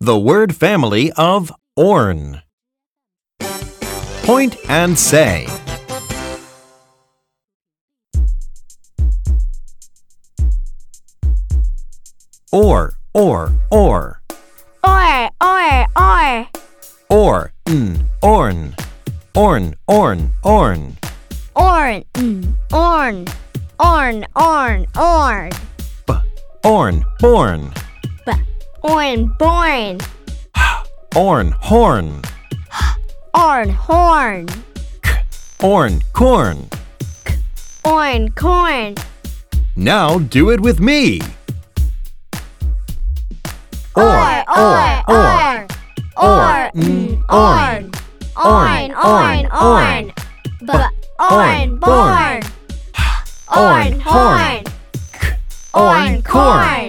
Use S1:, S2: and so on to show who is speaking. S1: The word family of Orn. Point and say. Or, or, or,
S2: Or, or, or.
S1: or, n, orn, orn, orn, orn.
S2: Orn, orn, orn, orn, orn.
S1: B, orn, born,
S2: B, orn, born.
S1: orn, horn,
S2: Orn, horn.
S1: orn, corn.
S2: Orn, corn.
S1: Now do it with me. Or, or, or,
S2: Or,
S1: mm,
S2: orn. Orn, orn, orn. B, orn, born.
S1: orn,
S2: Orn, horn.
S1: orn, corn.